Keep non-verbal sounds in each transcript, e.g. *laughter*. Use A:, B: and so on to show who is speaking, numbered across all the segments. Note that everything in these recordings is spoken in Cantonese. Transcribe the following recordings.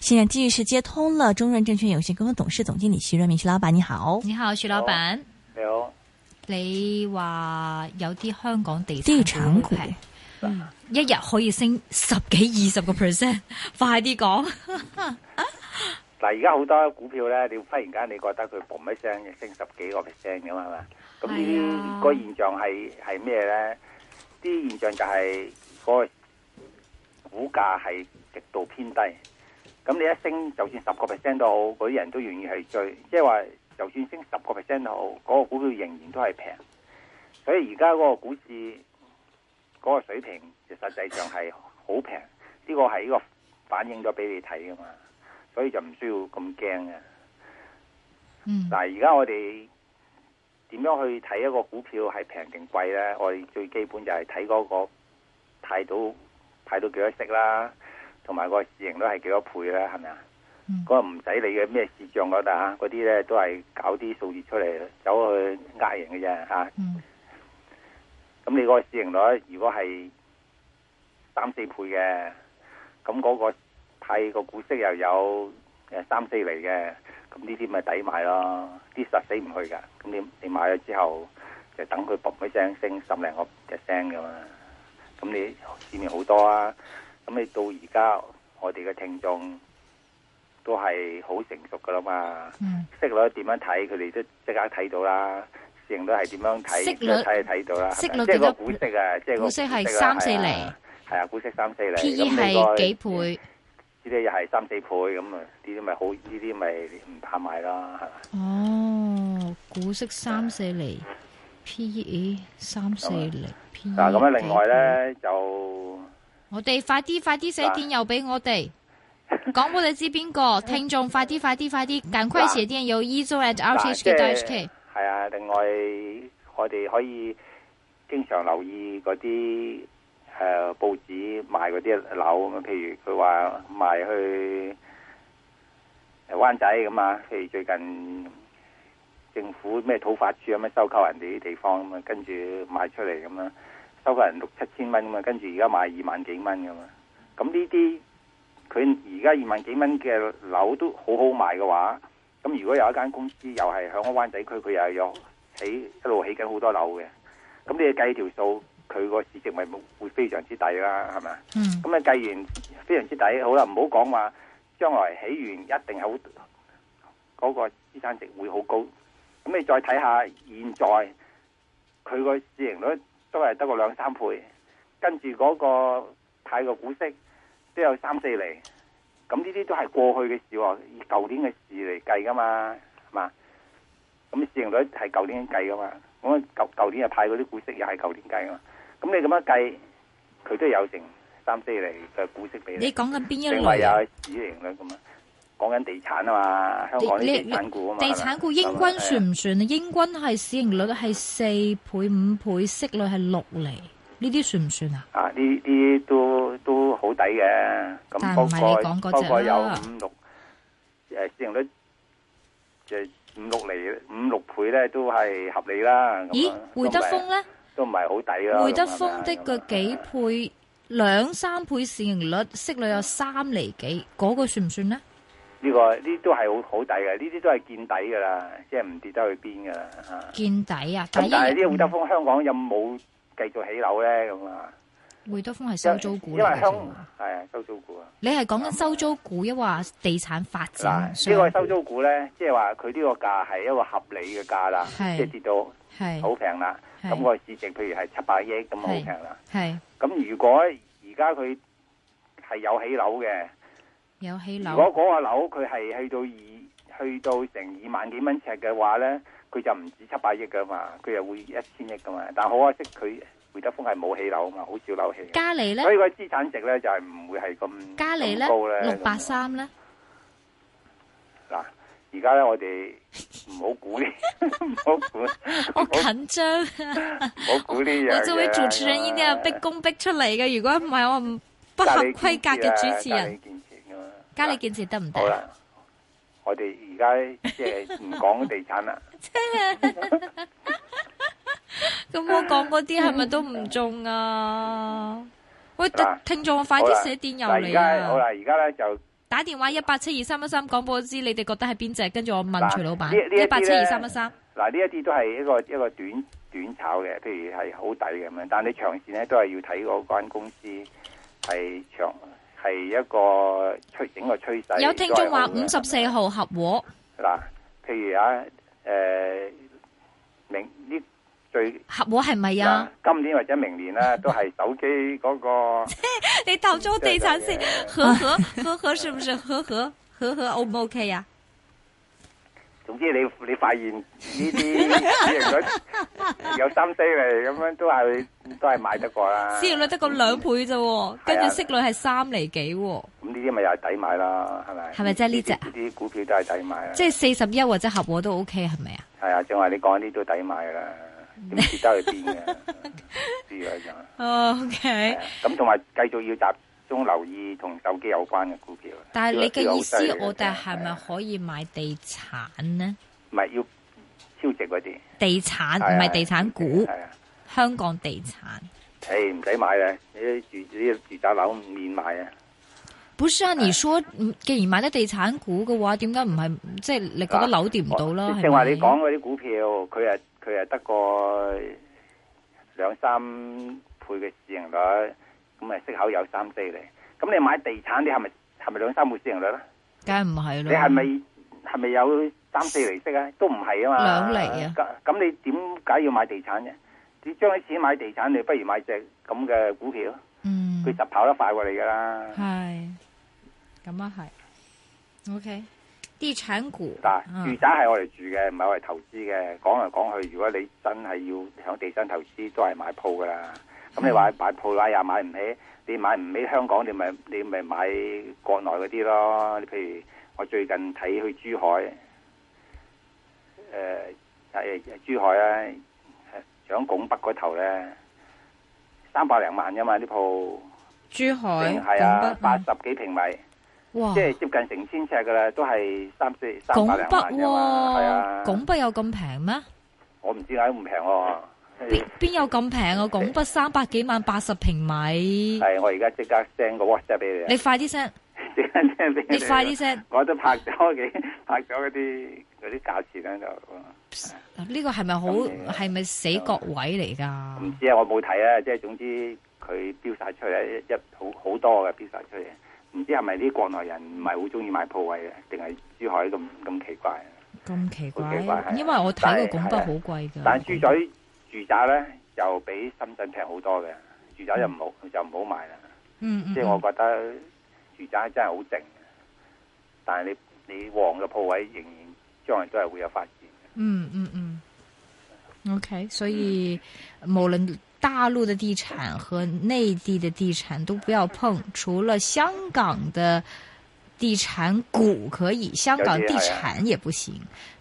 A: 现在继续是接通了中润证券有限公司董事总经理徐润明，徐老闆你好。
B: 你好，徐老闆，
C: 你好，
B: 你話有啲香港地
A: 地產
B: 產
A: 股
B: 股好平，一日可以升十幾二十個 percent，快啲講，
C: 嗱而家好多股票咧，你忽然間你覺得佢嘣一聲升十幾個 percent 咁係嘛？咁呢
B: 係啊
C: 啲個現象係係咩咧？啲現象就係嗰個股價係極度偏低，咁你一升就算十個 percent 都好，嗰啲人都願意去追，即係話就算升十個 percent 都好，嗰、個股票仍然都係平。所以而家嗰個股市嗰、個水平，其實實際上係好平，呢、個係呢個反映咗俾你睇噶嘛。所以就唔需要咁驚嘅。
B: 嗯
C: 嗱，而家我哋點樣去睇一個股票係平定貴呢？我哋最基本就係睇嗰個睇到睇到幾多息啦，同埋個市盈率係幾多倍啦，係咪啊？
B: 嗯
C: 嗰個唔使理嘅咩市漲嗰度啊，嗰啲呢都係搞啲數字出嚟走去呃人嘅啫嚇。
B: 嗯
C: 咁你個市盈率如果係三四倍嘅，咁嗰個派個股息又有誒三四厘嘅，咁呢啲咪抵買咯？啲實死唔去㗎。咁你你買咗之後，就等佢嘣一聲升十零個 percent 㗎嘛。咁你市面好多啊。咁你到而家我哋嘅聽眾都係好成熟㗎啦嘛。
B: 嗯，
C: 息率點樣睇，佢哋都即刻睇到啦。市盈率係點樣睇，
B: 息率
C: 即係睇睇到啦。係咪
B: 息率
C: 即係
B: 幾多
C: 個股息啊，即係個
B: 股息係
C: 啊
B: 三四厘
C: 係啊係啊，股息三四厘。
B: P E
C: 咁你個
B: 係幾？倍？
C: 呢啲又係三四倍咁啊！呢啲咪好，呢啲咪唔怕買啦，係嘛？
B: 哦，股
C: 啊
B: 息三四厘，P E 三四厘，P E
C: 啊嗱，咁樣另外，咧就
B: 我哋快啲快啲寫電郵俾我
C: *laughs*
B: 哋。講我哋知邊
C: 嗯
B: 個聽眾，快啲快啲快啲，趕快寫電郵 e z o at
C: 嗱即
B: rthk
C: 係
B: hk。
C: 係啊，另外我哋可以經常留意嗰啲誒報紙賣嗰啲樓咁啊，譬如佢話賣去誒灣仔咁啊，譬如最近政府咩土發處咁樣收購人哋啲地方咁啊，跟住賣出嚟咁啊，收購人六七千蚊咁啊，跟住而家賣二萬幾蚊咁啊，咁呢啲佢而家二萬幾蚊嘅樓都好好賣嘅話。咁如果有一間公司又係響灣仔區，佢又有起一路起緊好多樓嘅，咁你計條數，佢個市值咪會非常之低啦，係咪？
B: 嗯
C: 咁你啊計完非常之抵，好啦，唔好講話將來起完一定好嗰、個資產值會好高。咁你再睇下現在佢個市盈率都係得個兩三倍，跟住嗰個派個股息都有三四厘。咁呢啲都係過去嘅事喎，以舊年嘅事嚟計噶嘛，係嘛？咁市盈率係舊年計噶嘛，咁舊舊年就派嗰啲股息又係舊年計噶嘛，咁你咁樣計，佢都有成三四厘嘅股息俾
B: 你
C: 你，
B: 講緊邊一
C: 另外
B: 類
C: 有
B: 啊？
C: 市盈率咁啊，講緊地產啊嘛，香港啲
B: 你你
C: 地產股啊嘛，
B: 地
C: 係咪
B: 產股英軍算唔算啊？英軍係市盈率係四倍、五倍，息率係六厘，呢啲算唔算啊？
C: 啊，呢啲都都好抵嘅。咁
B: 但
C: 不
B: 唔係你講嗰
C: 過
B: 隻
C: 不過有
B: 啦
C: 五六誒市盈率誒五六厘五六倍咧，都係合理啦。咁
B: 咦
C: 啊，
B: 會德豐咧？
C: 都唔係好抵啦。啊
B: 會德
C: 豐
B: 豐的嘅幾倍兩三倍市盈率，息率有三厘幾，嗰、個算唔算呢？
C: 呢個呢都係好好抵嘅，呢啲都係見底噶啦，即係唔跌得去邊噶啦嚇。
B: 見底啊！
C: 咁但係
B: 一
C: 呢個會德豐香港有冇繼續起樓咧？咁啊，
B: 會德豐係收租股
C: 因
B: 嚟
C: 為
B: 嘅
C: 香
B: 啫喎
C: 係啊收租股啊。
B: 你係講緊收租股，抑或地產發
C: 嗱，
B: 展商？
C: 呢個收租股咧，即係話佢呢個價係一個合理嘅價啦，
B: 係
C: 即係跌到
B: 係
C: 好平啦。
B: 係
C: 咁個市值譬如係七百億咁啊好平啦。
B: 係
C: 咁如果而家佢係有起樓嘅，
B: 有起
C: 如
B: 樓
C: 果嗰個樓佢係去到二去到成二萬幾蚊尺嘅話咧，佢就唔止七百億噶嘛，佢又會一千億噶嘛。但好可惜佢會德豐係冇起樓啊嘛，好少樓起嘅，
B: 嘉里咧
C: 所，以個資產值咧就係唔會係咁
B: 嘉里咧
C: 咁高咧
B: 六八三咧。
C: 嗱，而家咧我哋唔好估呢， *laughs* 唔好估，唔
B: 我緊張啊！
C: 好估呢樣嘢
B: 我
C: 啦。
B: 作為主持人一定要逼供逼出嚟嘅，如果唔係我唔不合規格嘅主持人。
C: 加你見錢啊
B: 嘉里建設得唔得
C: 好？啦，我哋而家即係唔講地
B: *laughs*
C: 產啦。
B: 咁我講嗰啲係咪都唔中啊？喂
C: 嗱， *laughs*
B: 聽眾，我快啲寫電
C: 嗱，
B: 郵
C: 而
B: 嚟
C: 家好啦，
B: 啊！
C: 而家咧就
B: 打電話一八七二三一三講俾我知，你哋覺得係邊隻？跟住我問
C: 嗱
B: 徐老
C: 呢呢一
B: 闆，
C: 啲
B: 一八七二三一三。
C: 嗱，呢一啲都係一個一個短短炒嘅，譬如係好抵嘅咁樣。但你長線咧都係要睇嗰間公司係長係一個趨整個趨勢。
B: 有聽眾話五十四號合和，
C: 嗱，譬如啊，誒、明呢最
B: 合和係咪
C: 嗱
B: 啊？
C: 今年或者明年
B: *laughs*
C: 啦，都係手機嗰、個。
B: 你投咗地產先
C: 即，係
B: 和和和和是不是？和和和和 O 唔 OK 啊呀？
C: 總之你你發現呢
B: *laughs*
C: 啲市盈率有三四嚟咁樣都係都係買得過啦。
B: 市盈率得個兩倍啫喎，跟住息率係啊三厘幾喎，
C: 咁呢啲咪又係抵買啦，係咪？
B: 係咪即係呢隻啊
C: 啲呢啲股票都係抵買啦。
B: 即係四十一或者合和都 OK 係咪啊？
C: 係啊，正話你講啲都抵買
B: *laughs*
C: 啦，點跌得去邊嘅？知啦就係
B: 哦
C: 係
B: OK，
C: 啊。咁同埋繼續要集中留意同手機有關嘅股票。
B: 但係你嘅意思
C: 呢個好犀利，嘅
B: 我哋係
C: 係
B: 咪
C: 啊
B: 可以買地產呢？
C: 唔係要超值嗰啲？
B: 地產
C: 係啊啊
B: 唔係地產股，
C: 係啊，
B: 香港地產。
C: 誒唔使買啦，你啲住呢啲住宅樓免買啊。
B: 不是啊，你說嗯既然買得地產股嘅話，點解唔係即係你覺得樓跌唔到啦？
C: 即
B: 係
C: 係話你
B: 咪
C: 講嗰啲股票，佢係佢係得個兩三倍嘅市盈率，咁咪息口有三四厘。咁你買地產，你係咪係咪兩三倍市盈率咧？
B: 梗係唔係啦？
C: 你係咪係咪有三四厘息啊？都唔係啊嘛。
B: 兩厘啊
C: 咁咁你點解要買地產嘅？你將啲錢買地產，你不如買隻咁嘅股票，
B: 嗯
C: 佢實跑得快過你噶啦。
B: 係咁啊係？OK，地產股
C: 嗱，住
B: 嗯
C: 宅係我哋住嘅，唔係我哋投資嘅。講嚟講去，如果你真係要響地產投資，都係買鋪噶啦。咁你話買鋪啦，又買唔起，你買唔起香港，你咪你咪買國內嗰啲咯。你譬如我最近睇去珠海，誒、係珠海啊，響拱北嗰頭咧，三百零萬啫嘛啲鋪，
B: 珠海嗯
C: 係啊，八
B: 拱
C: 十幾平米。
B: 北哇
C: 即，係接近成千尺噶啦，都係三四三
B: 哦拱
C: 百
B: 北
C: 零萬啫嘛，係啊
B: 喎，，拱北有咁平咩？
C: 我唔知點解唔平喎。
B: 邊邊有咁平啊？拱北三百幾萬八十平米，
C: 係我而家即刻 send 個 WhatsApp 俾你啊，
B: 你快啲聲，
C: 即刻 send 俾啊
B: 你快啲聲，
C: 我都拍咗幾 *laughs* 拍咗嗰啲嗰啲價錢喺度，
B: 呢個係咪好
C: 咁你
B: 係咪死角位嚟㗎？
C: 唔知啊，我冇睇啊，即係總之佢標晒出嚟一一好好多嘅標晒出嚟，唔知係咪啲國內人唔係好中意買鋪位啊，定係珠海咁咁奇怪啊？
B: 咁奇
C: 好
B: 怪
C: 奇怪係，啊
B: 因為我睇過拱北好貴㗎。
C: 但係珠水住宅咧就比深圳平好多嘅，住宅就唔好就唔好買啦。
B: 嗯嗯，
C: 即係我覺得住宅真係好靜嘅，但係你你旺嘅鋪位仍然將來都係會有發展嘅。
B: 嗯嗯嗯嗯，OK，所以无论大陆的地产和内地的地产都不要碰，除了香港的地产股可以，香港地产也不行。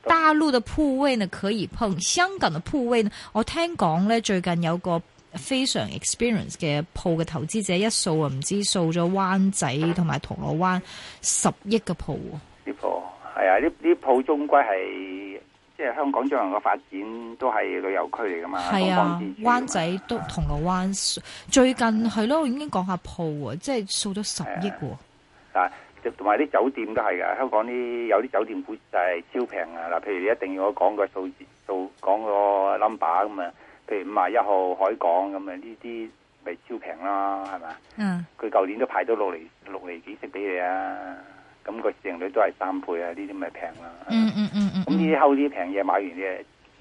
B: 大陸嘅鋪位呢可以碰，香港嘅鋪位呢，我聽講呢最近有個非常 experience 嘅鋪嘅投資者一掃啊，唔知掃咗灣仔同埋銅鑼灣十億嘅鋪喎。
C: 呢鋪係啊，呢呢鋪終歸係即係香港將來嘅發展都係旅遊區嚟㗎嘛，
B: 係
C: 東
B: 啊
C: 方之，珠
B: 灣仔都
C: 係啊
B: 銅鑼灣最近係咯，我已經講下鋪喎，即係掃咗十億喎。
C: 啊，同埋啲酒店都係㗎，香港啲有啲酒店股就係超平啊！嗱，譬如你一定要我講個數字，數講個 number 咁啊，譬如五廿一號海港咁啊，呢啲咪超平啦，係咪啊？
B: 嗯，
C: 佢舊年都派到六厘六厘幾息俾你啊，咁、個市盈率都係三倍啊，呢啲咪平啦。
B: 嗯嗯嗯嗯
C: 咁
B: 嗯，
C: 呢啲後啲平嘢買完你就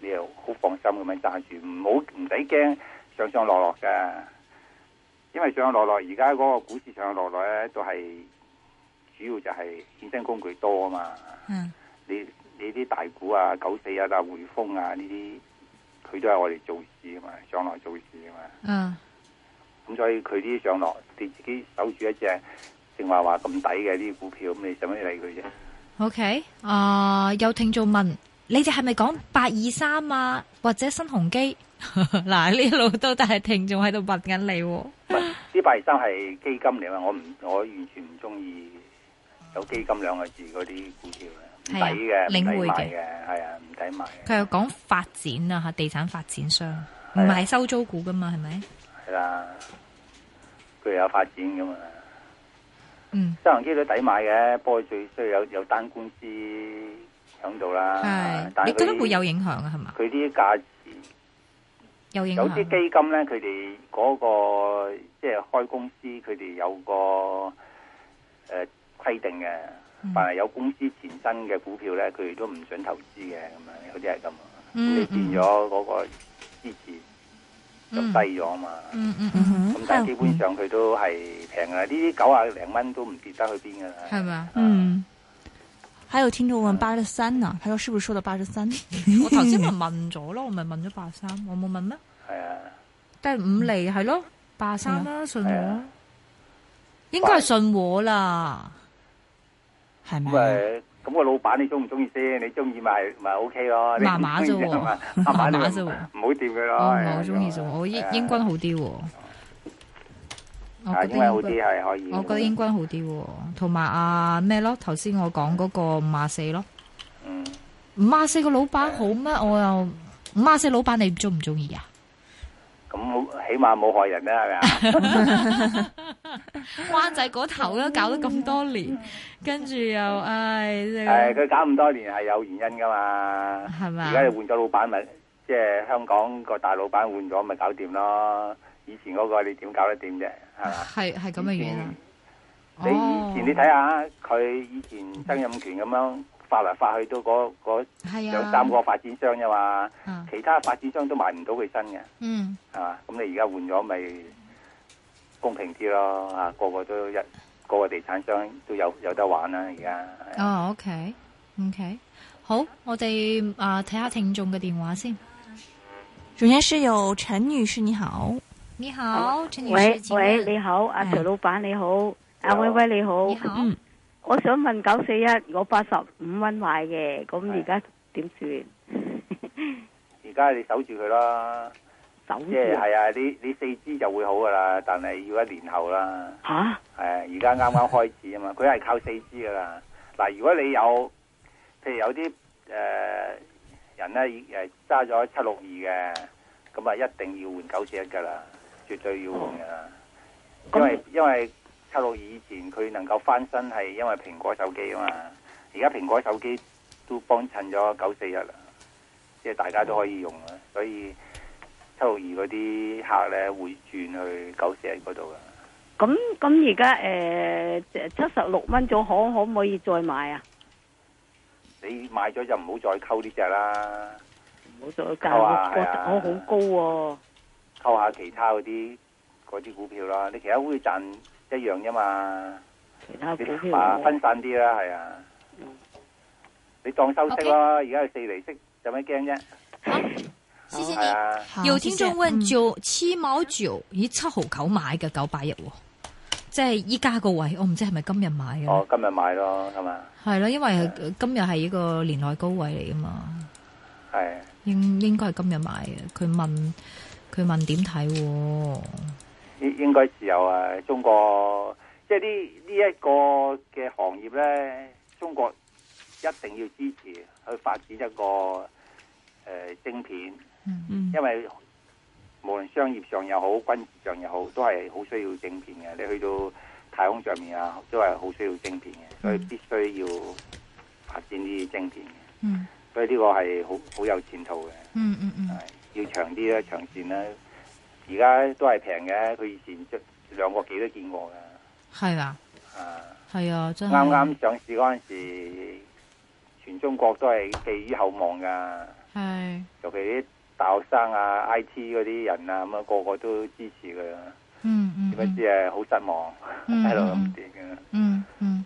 C: 你又好放心咁樣揸住，唔好唔使驚上上落落嘅，因為上上落落而家嗰個股市上上落落咧都係主要就係衍生工具多啊嘛。
B: 嗯
C: 你你啲大股啊，九四一啊、匯豐啊呢啲，佢都係我哋做市啊嘛，上落做市啊嘛。
B: 嗯
C: 咁所以佢啲上落，你自己守住一隻，正話話咁抵嘅啲股票，咁你使乜理佢啫？
B: ，OK，啊，有聽眾問你哋係咪講八二三啊，或者新鴻基？嗱，呢一路都都係聽眾喺度問緊你喎。
C: 唔係呢八二三係基金嚟嘛，我唔我完全唔中意有基金兩個字嗰啲股票嘅，唔
B: 係啊
C: 抵嘅，唔
B: 領
C: 抵
B: 匯
C: 買
B: 嘅
C: 嘅，係啊，唔抵買嘅，
B: 佢又講發展啊，吓地產發展商，唔
C: 係啊
B: 係收租股噶嘛，係咪？
C: 係啦，佢有發展噶嘛，
B: 嗯，
C: 收行機都抵買嘅，不過最需要有有單官司響度啦。
B: 係，
C: 但
B: 你
C: 係
B: 覺得
C: 佢
B: 會有影響啊？係嘛，
C: 佢啲價
B: 有影
C: 有
B: 響。
C: 啲基金咧，佢哋嗰個即係開公司，佢哋有個誒、呃、規定嘅，
B: 嗯
C: 凡係有公司前身嘅股票咧，佢哋都唔准投資嘅，咁樣有啲係咁啊。
B: 嗯
C: 你變咗嗰個支持就低咗啊嘛。
B: 嗯嗯
A: 嗯
B: 嗯，
A: 哼
C: 咁但係基本上佢都係平啊，呢啲九啊零蚊都唔跌得去邊噶啦。
B: 係咪啊？
A: 嗯，还有听众问八十三呢，他说是不是说到八十三？
B: 我頭先咪問咗咯，我咪問咗八三，我冇問咩？
C: 係啊，
B: 但係五厘係咯，八三啦，信
C: 係
B: 和
C: 啊，
B: 應該係信和啦。
A: 系
C: 咁
A: 咪？
C: 誒，咁個老闆你中唔中意先？你中意咪咪 O K 咯，你
B: 麻麻
C: 唔 *laughs* 中意
B: 啫喎
C: 就咪麻麻
B: 麻麻
C: 你
B: 啫
C: 就
B: 喎
C: 唔好掂佢
B: 我唔
C: 咯。係
B: 係
C: 啊
B: 好中意信和，我
C: Dạ.
B: 英英軍好啲喎。我
C: 啊，
B: 覺
C: 英
B: 得
C: 軍
B: 英
C: 好
B: 軍
C: 啲係可以。
B: 我覺得英軍好啲喎，同埋啊咩咯？頭先我講嗰個五啊四咯，
C: 嗯，
B: 五啊四個老闆好咩？我又五啊四老闆你中唔中意啊？
C: 咁好起碼冇害人啦，係咪啊？
B: 灣仔嗰頭都搞咗咁多年，跟住又唉，即
C: 誒，
B: 係
C: 佢搞咁多年係有原因噶嘛。
B: 係咪
C: 而家你
B: 啊？
C: 換咗老闆咪，即係香港個大老闆換咗咪搞掂咯。以前嗰個你點搞得掂啫？係嘛？嗯
B: 係係咁嘅原因啊。
C: 你以前你睇下佢以前曾蔭權咁樣發嚟發去都嗰嗰
B: 係啊，
C: 兩嗯三個發展商啫嘛，
B: 啊，
C: 其他發展商都買唔到佢身嘅，
B: 嗯，
C: 係嘛？咁你而家換咗咪公平啲咯？啊，個個都一個個地產商都有有得玩啦，而家係啊
B: 哦，OK，OK，好，我哋啊睇下聽眾嘅電話先。
A: 首先是有陈女士，你好，
B: 你好，陳女
D: 喂
B: 士，請
D: 喂，
B: 問
D: 你好，阿
B: 嗯
D: 徐老闆你好，阿
C: 你好
D: 威威你好
B: 你，好，
A: 嗯
D: 我想問九四一，我八十五蚊買嘅，咁
C: 係
D: 而家點算？
C: 而家你守住佢啦，
D: 走
C: 即係
D: 住啊
C: 係啊，你你四支就會好噶啦，但係要一年後啦。
D: 吓？
C: 係啊而家啱啱開始啊嘛，佢係靠四支噶啦。嗱，如果你有，譬如有啲誒、呃人咧，已誒揸咗七六二嘅，咁啊一定要換九四一噶啦，絕對要換噶啦。因為因為七六二以前佢能夠翻身係因為蘋果手機啊嘛，而家蘋果手機都幫襯咗九四一啦，即係大家都可以用啊，所以七六二嗰啲客咧會轉去九四一嗰度噶。
D: 咁咁而家誒七十六蚊咗，可可唔可以再買啊？
C: 你買咗就唔好再溝呢只啦，
D: 唔好再教
C: 好
D: 我
C: 啊
D: 覺
C: 係
D: 得
C: 啊
D: 我好高喎。
C: 溝下其他嗰啲嗰啲股票啦。你其他股票賺一樣啫嘛，
D: 其他股
C: 你
D: 票
C: 啊
D: 我
C: 分散啲啦，係啊
D: 嗯。
C: 你當收息啦，而家係四厘息，有咩驚啫？
B: 謝謝
C: 係
B: 你。
C: 啊，
A: 好
B: 有聽
A: 謝
B: 眾
A: 謝嗯
B: 問九七毛九，咦七毫九買嘅九八一喎，即係依家個位，我唔知係咪今日買
D: 嗯
B: 嘅，
C: 我今日買咯，哦係啊嘛？
B: 係啦，因為呃今日係一個年內高位嚟噶嘛，
C: 係
B: 應應該係今日買嘅。佢問佢問點睇喎？
C: 應應該自由啊！中國即係呢呢一個嘅行業咧，中國一定要支持去發展一個誒、呃晶片。
A: 嗯
C: 因為無論商業上又好，軍事上又好，都係好需要晶片嘅。你去到太空上面啊，都係好需要晶片嘅，所以必須要發展呢啲晶片嘅。
B: 嗯
C: 所以呢個係好好有前途嘅，
B: 嗯嗯嗯
C: 係要長啲啦，長線啦。而家都係平嘅，佢以前即兩個幾都見過嘅。
B: 係啊
C: 啊，
B: 係啊，真
C: 啱
B: 係
C: 啱上市嗰陣時，全中國都係寄予厚望㗎。
B: 係
C: 尤其啲大學生啊、IT 嗰啲人啊，咁啊個個都支持佢啊，
B: 嗯嗯
C: 點不
B: 嗯
C: 知係好失望，
B: 嗯
C: 喺度咁跌嘅。
B: 嗯嗯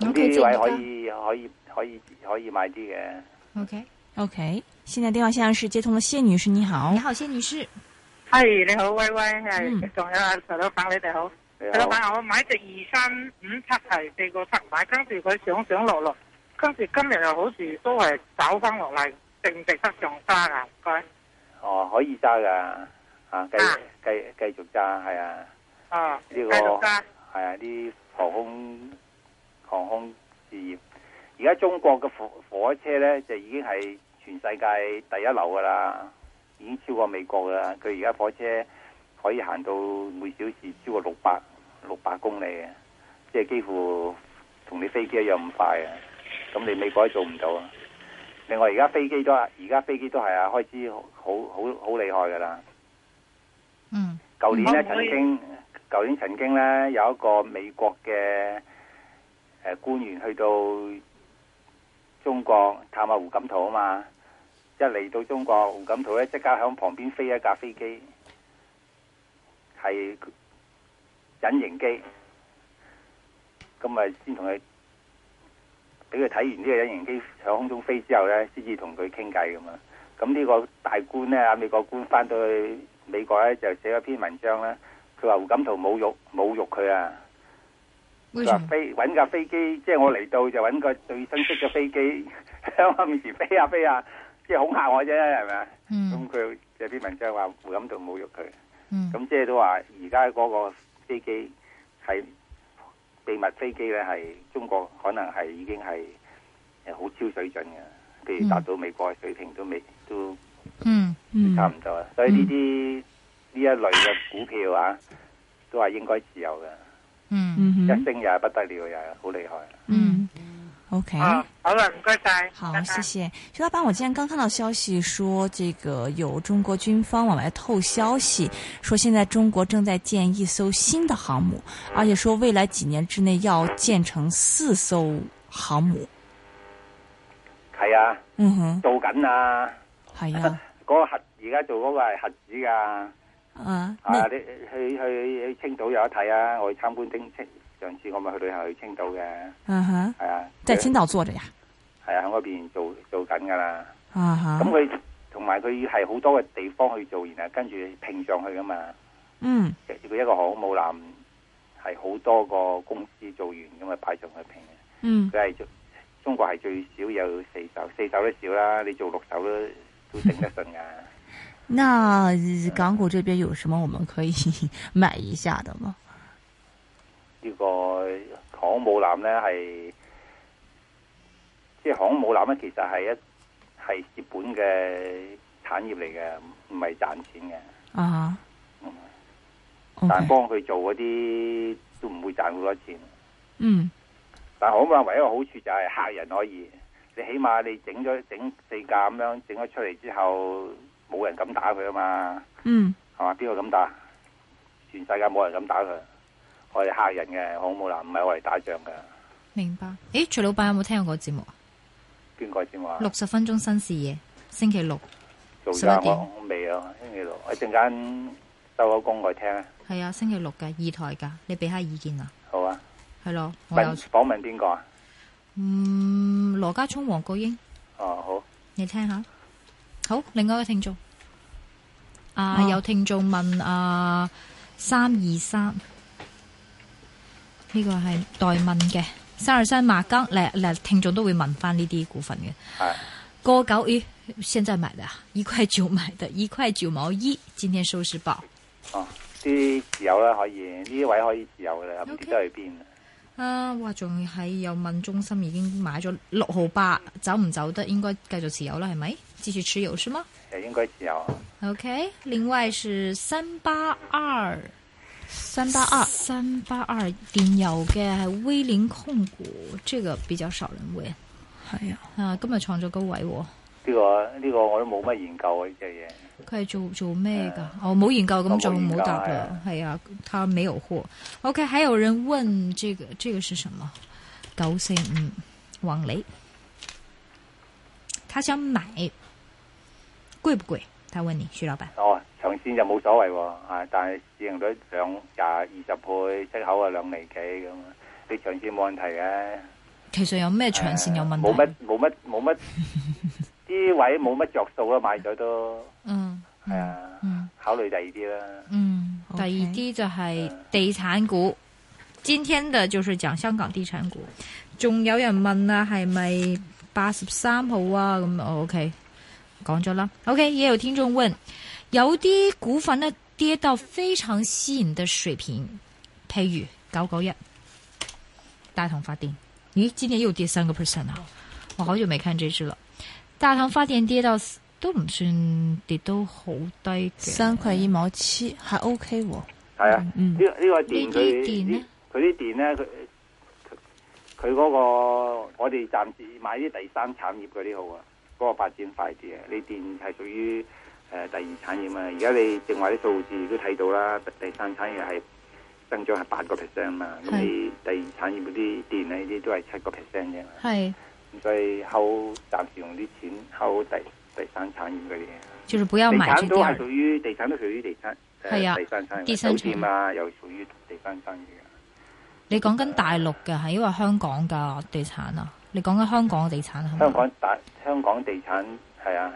C: 咁呢
B: 啊
C: 位可以可以可以可以買啲嘅。
B: OK，
A: ，OK，现在电话线上是接通了谢女士，你好
B: 你，好，謝女士。
E: 系你好，威威系
A: 嗯，
E: 仲有阿徐老板，你哋好，
C: 你
E: 徐
C: 好
E: 老板，我買只二三五七係四個七買，跟住佢上上落落，跟住今日又好似都係走翻落嚟，值唔值得上山啊？唔該，
C: 哦，可以揸噶，啊繼
E: 啊
C: 繼繼續揸，係啊，
E: 啊，
C: 呢
E: 繼
C: 個
E: 續加，
C: 係啊，啲航空航空事業，而家中國嘅火火車咧就已經係全世界第一流噶啦，已經超過美國噶啦。佢而家火車可以行到每小時超過六百六百公里嘅，即係幾乎同你飛機一樣咁快啊！咁你美國都做唔到啊！另外而家飛機都係而家飛機都係啊，開支好好好好厲害噶啦。
B: 嗯
C: 舊年咧
D: 可唔
C: 曾
D: 可以
C: 經，舊年曾經咧有一個美國嘅誒、呃官員去到中國探下胡錦濤啊嘛，一嚟到中國，胡錦濤咧即刻響旁邊飛一架飛機，係隱形機，咁咪先同佢俾佢睇完呢個隱形機響空中飛之後咧，先至同佢傾偈咁嘛。咁呢個大官咧，啊美國官翻到去美國咧，就寫咗篇文章咧，佢話胡錦濤侮辱侮辱佢啊！
B: 為
C: 佢話
B: 什麼？
C: 飛揾架飛機，即係我嚟到就揾個最新式嘅飛機 *laughs* 喺我面前飛啊飛啊，即係恐嚇我啫，係咪啊？
B: 嗯
C: 咁佢有篇文章話胡錦濤侮辱佢，
B: 嗯
C: 咁即係都話而家嗰個飛機係秘密飛機咧，係中國可能係已經係誒好超水準嘅，譬如達到美國嘅水平都未都。
B: 嗯
A: 嗯
C: 差唔多啦。所以呢啲呢一類嘅股票啊，都係應該持有嘅。
B: 嗯
A: 嗯
C: 一
A: 哼
C: 升又係不得了，又係好厲害。
A: 嗯，OK，
E: 啊，好啦，唔該晒，
A: 嗯好
E: 拜，拜
A: 谢谢徐老板。我今天刚看到消息说，这个有中国军方往外透消息，说现在中国正在建一艘新的航母，而且说未来几年之内要建成四艘航母。
C: 係啊，
A: 嗯哼，
C: 做緊啊，
A: 系啊，
C: 嗰、個核而家做嗰個係核子㗎。
A: 啊，
C: 啊！
A: 那
C: 你去去去青島有得睇啊！我去參觀丁青，上次我咪去旅行去青島嘅，
A: 嗯哼，
C: 係啊，
A: 在青島坐着呀，
C: 係啊，喺嗰邊做做緊㗎啦。
A: 啊哈
C: 咁，佢同埋佢係好多嘅地方去做，然後跟住拼上去㗎嘛。
A: 嗯
C: 佢一個航空母艦係好多個公司做完咁啊擺上去拼嘅。
A: 嗯
C: 佢係做中國係最少有四手，四手都少啦，你做六手都都頂得順噶。
A: 那呃港股这边有什么我们可以 *laughs* 买一下的吗？
C: 呢、個航母艦呢係即係航母艦呢，其實係一係蝕本嘅產業嚟嘅，唔係賺錢嘅。
A: 啊
C: 嗯
A: ，OK，
C: 但幫佢做嗰啲都唔會賺好多錢。
A: 嗯
C: 但航母艦唯一個好處就係客人可以，你起碼你整咗整四架咁樣整咗出嚟之後，冇人敢打佢啊嘛。
A: 嗯
C: 係嘛？邊個敢打？全世界冇人敢打佢。我哋嚇人嘅航母艦，唔係我哋打仗嘅。
B: 明白。咦，徐老闆有冇聽過個節目啊？
C: 邊個先話？
B: 六十分鐘新視野，星期六
C: 做
B: 十一
C: 咗
B: 點
C: 我我未啊，星期六。我一陣間收咗工我聽啊，
B: 係啊，星期六嘅二台噶，你俾下意見啊，
C: 好啊。
B: 係咯，我有
C: 問訪問邊個啊？
B: 嗯羅家聰、黃國英，
C: 哦，
B: 你聽下。好，另外一個聽眾，啊，
A: 哦
B: 有聽眾問啊，三二三呢個係代問嘅，三二三馬庚，嚟嚟聽眾都會問翻呢啲股份嘅。
C: 好，係
B: 郭高咦，現在買的啊，一塊九買的，一塊九毛一，今天收市報。
C: 哦，啲持有啦，可以呢啲位可以持有啦，唔
B: OK
C: 知得去邊啊。
B: 啊，哇，仲係有問中心已經買咗六毫八，走唔走得？應該繼續持有啦，係咪？繼續持有是嗎
C: 就應該持有啊。
B: ？OK，另外是三八二，
A: 三八二，
B: 三八二電郵嘅係威廉控股，這個比較少人問。
A: 系啊，
B: 啊，今日創咗高位喎，
C: 呢個呢個我都冇乜研究啊，呢只嘢。
B: 佢係做做咩㗎？我冇研究咁
C: 我冇
B: 做，
C: 研
B: 冇
C: 究
B: 答
C: 係
B: 啦
C: 啊。
B: 係啊，他沒有貨。OK，還有人問這個這個是什麼？九四五王雷，他想買，貴不貴？他問你，徐老闆。
C: 哦，長線就冇所謂喎、啊，但係市盈率兩廿二十倍，息口啊兩厘幾咁啊，你長線冇問題嘅。啊
B: 其實有咩長線有問題？
C: 呃冇乜冇乜冇
B: *laughs*
C: 乜，啲位冇乜着數啦，買咗都
B: 嗯，
C: 係啊，
B: 嗯
C: 考慮第二啲啦。
B: 嗯。第
A: OK
B: 二啲就係地產股，今天的就是講香港地產股。仲有人問啊，係咪八十三號啊？咁哦，OK，講咗啦。OK，也有聽眾問，有啲股份呢跌到非常吸引的水平，譬如九九一、大唐發電，咦，今年又跌三個 percent 啊！我好久未看這支啦。大唐發電跌到都唔算跌都好低嘅，
A: 三块一毛七，还 OK 我。
C: 係啊，
A: 嗯
C: 呢個呢個電
B: 呢啲電
C: 佢
B: 呢
C: 呢佢啲電咧，佢佢嗰、個我哋暫時買啲第三產業嗰啲好啊，嗰、個發展快啲啊！你電係屬於誒、呃第二產業啊，而家你正話啲數字都睇到啦，第三產業係增長係八個 percent 啊嘛，咁
B: 係
C: 你第二產業嗰啲電啊呢啲都係七個 percent 啫嘛，
B: 系，
C: 咁所以後暫時用啲錢後第第三產業嗰啲嘢。
B: 就是不要
C: 地
B: 买
C: 產
B: 这
C: 都
B: 第
C: 係
B: 二
C: 屬於地產都屬於地產，誒
B: 啊係啊
C: 第三產
B: 第
C: 業
B: 三
C: 酒
B: 產業
C: 店啊，又屬於第三產業嘅。
B: 你講緊大陸嘅，係因為香港嘅地產啊？你講緊香港嘅地產係咪？
C: 香港大香港地產係啊，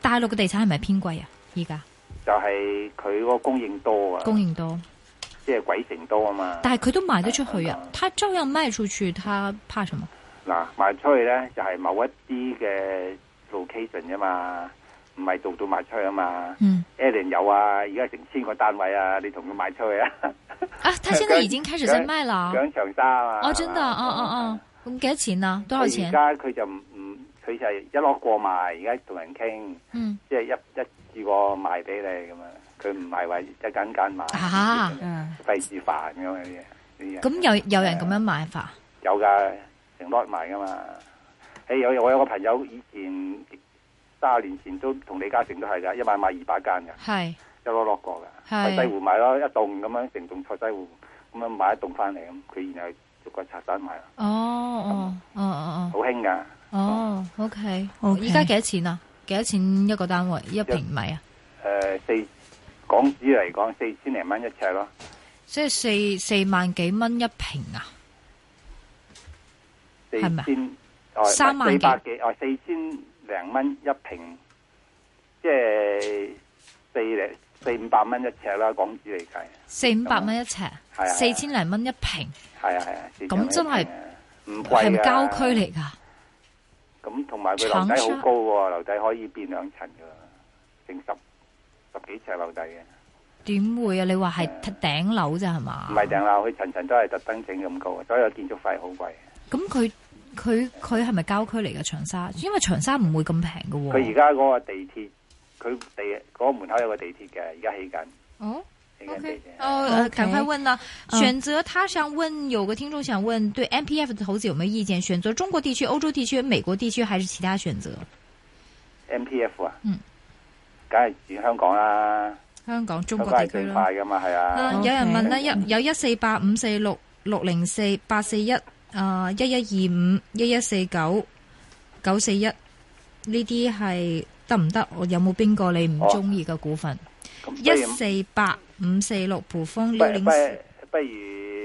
B: 大陸嘅地產係咪偏貴啊？而家
C: 就係佢嗰個供應多啊，
B: 供應多，
C: 即係鬼城多啊嘛。
B: 但係佢都賣得出去啊
C: 嗯！
B: 他照樣賣出去，他怕什麼？
C: 嗱賣出去咧就係某一啲嘅 location 啫嘛，唔係度度賣出去啊嘛。
B: 嗯
C: Allen 有啊，而家成千個單位啊，你同佢賣出去啊，
B: 啊，他現在已經開始在賣啦！
C: 響長沙啊嘛。
B: 哦，真的，哦哦哦，咁幾多錢啊？多
C: 佢
B: 少
C: 而
B: 錢？
C: 家佢就唔唔，佢就係一攞過賣，而家同人傾。
B: 嗯，
C: 即係一一次過賣俾你咁樣，佢唔係話一間間買，
B: 啊
A: 嗯，
C: 費事煩咁樣啲嘢。啲嘢
B: 咁有有人咁樣買法？
C: 有㗎，成 lot 賣㗎嘛。誒有我有個朋友以前三十年前都同李嘉誠都係㗎，一買買二百間㗎，
B: 係
C: 一 lot lot 過㗎。
B: 係
C: 去西湖買咯，一棟咁樣，成棟菜西湖咁樣買一棟翻嚟咁，佢然後逐個拆散賣，
B: 哦哦哦哦
C: 好興㗎。
B: 哦哦，OK，
A: OK
B: 而家幾多錢啊？幾多錢一個單位一平米啊？
C: 誒、四港紙嚟講，四千零蚊一尺咯。
B: 即係四四萬幾蚊一平啊？
C: 四
B: 係咪
C: 千哦
B: 三萬幾
C: 四百幾哦四千零蚊一平，即係四零四五百蚊一尺啦，港紙嚟計，
B: 四五百蚊一尺，
C: 啊
B: 四千零蚊一平，
C: 係啊係啊，四千
B: 咁真係
C: 一平啊唔
B: 係
C: 貴
B: 咪
C: 啊
B: 郊區？嚟㗎？
C: 咁同埋佢樓底好高喎，樓底可以變兩層噶，成十十幾尺樓底嘅，
B: 點會啊？你話係頂樓咋係嘛？
C: 唔係訂樓，佢層層都係特登整咁高嘅，所有建築費好貴。
B: 咁佢佢佢係咪郊區嚟㗎？長沙，因為長沙唔會咁平㗎喎。
C: 佢而家嗰個地鐵，佢地嗰個門口有個地鐵嘅，而家起緊
B: 哦
C: 起緊地
B: ，OK，
C: 鐵。
B: 哦，呃
A: OK
B: 趕快問啦！
A: 嗯
B: 選擇他想問，有個聽眾想問，對 M P F 的投資有沒有意見？選擇中國地區、歐洲地區、美國地區，還是其他選擇？
C: M P F 啊，
B: 嗯，
C: 梗係指香港啦，
B: 香港、中
C: 香
B: 國
C: 港
B: 地區
C: 係最
B: 啦。
C: 快噶嘛，係
B: 啊
C: 啊，
B: 有人問咧，
C: OK
B: 一有一四八五四六六零四八四一啊，一一二五一一四九九四一呢啲係得唔得？我有冇邊個你
C: 哦
B: 唔中意嘅股份？
C: 咁
B: 一四八五四六蒲峰
C: 不
B: 六
C: 如
B: 零
C: 不如不如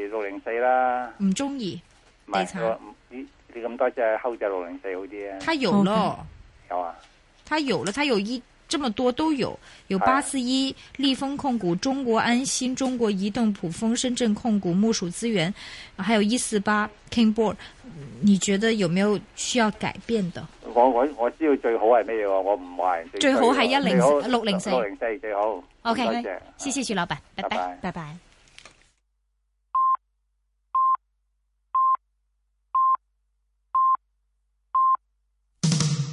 C: 六零四啦，
B: 唔中意，
C: 唔
B: 地
C: 係
B: 產
C: 我你你咁多隻睺隻六零四好啲啊，
B: 他有咯。
A: OK
C: 有啊，
B: 它有了，它有一这么多都有，有
C: 哎
B: 八四一、立丰控股、中国安新、中国移动、普丰、深圳控股、木属资源，还有一四八 Kingboard。你嗯觉得有没有需要改变的？
C: 我我我知道最好係咩嘢喎，我唔話人
B: 最好係
C: 衰喎
B: 104
C: 最好
B: 604
C: 六零四最好
B: OK，
C: 唔該謝
B: 谢谢徐老板，拜
C: 拜拜
B: 拜拜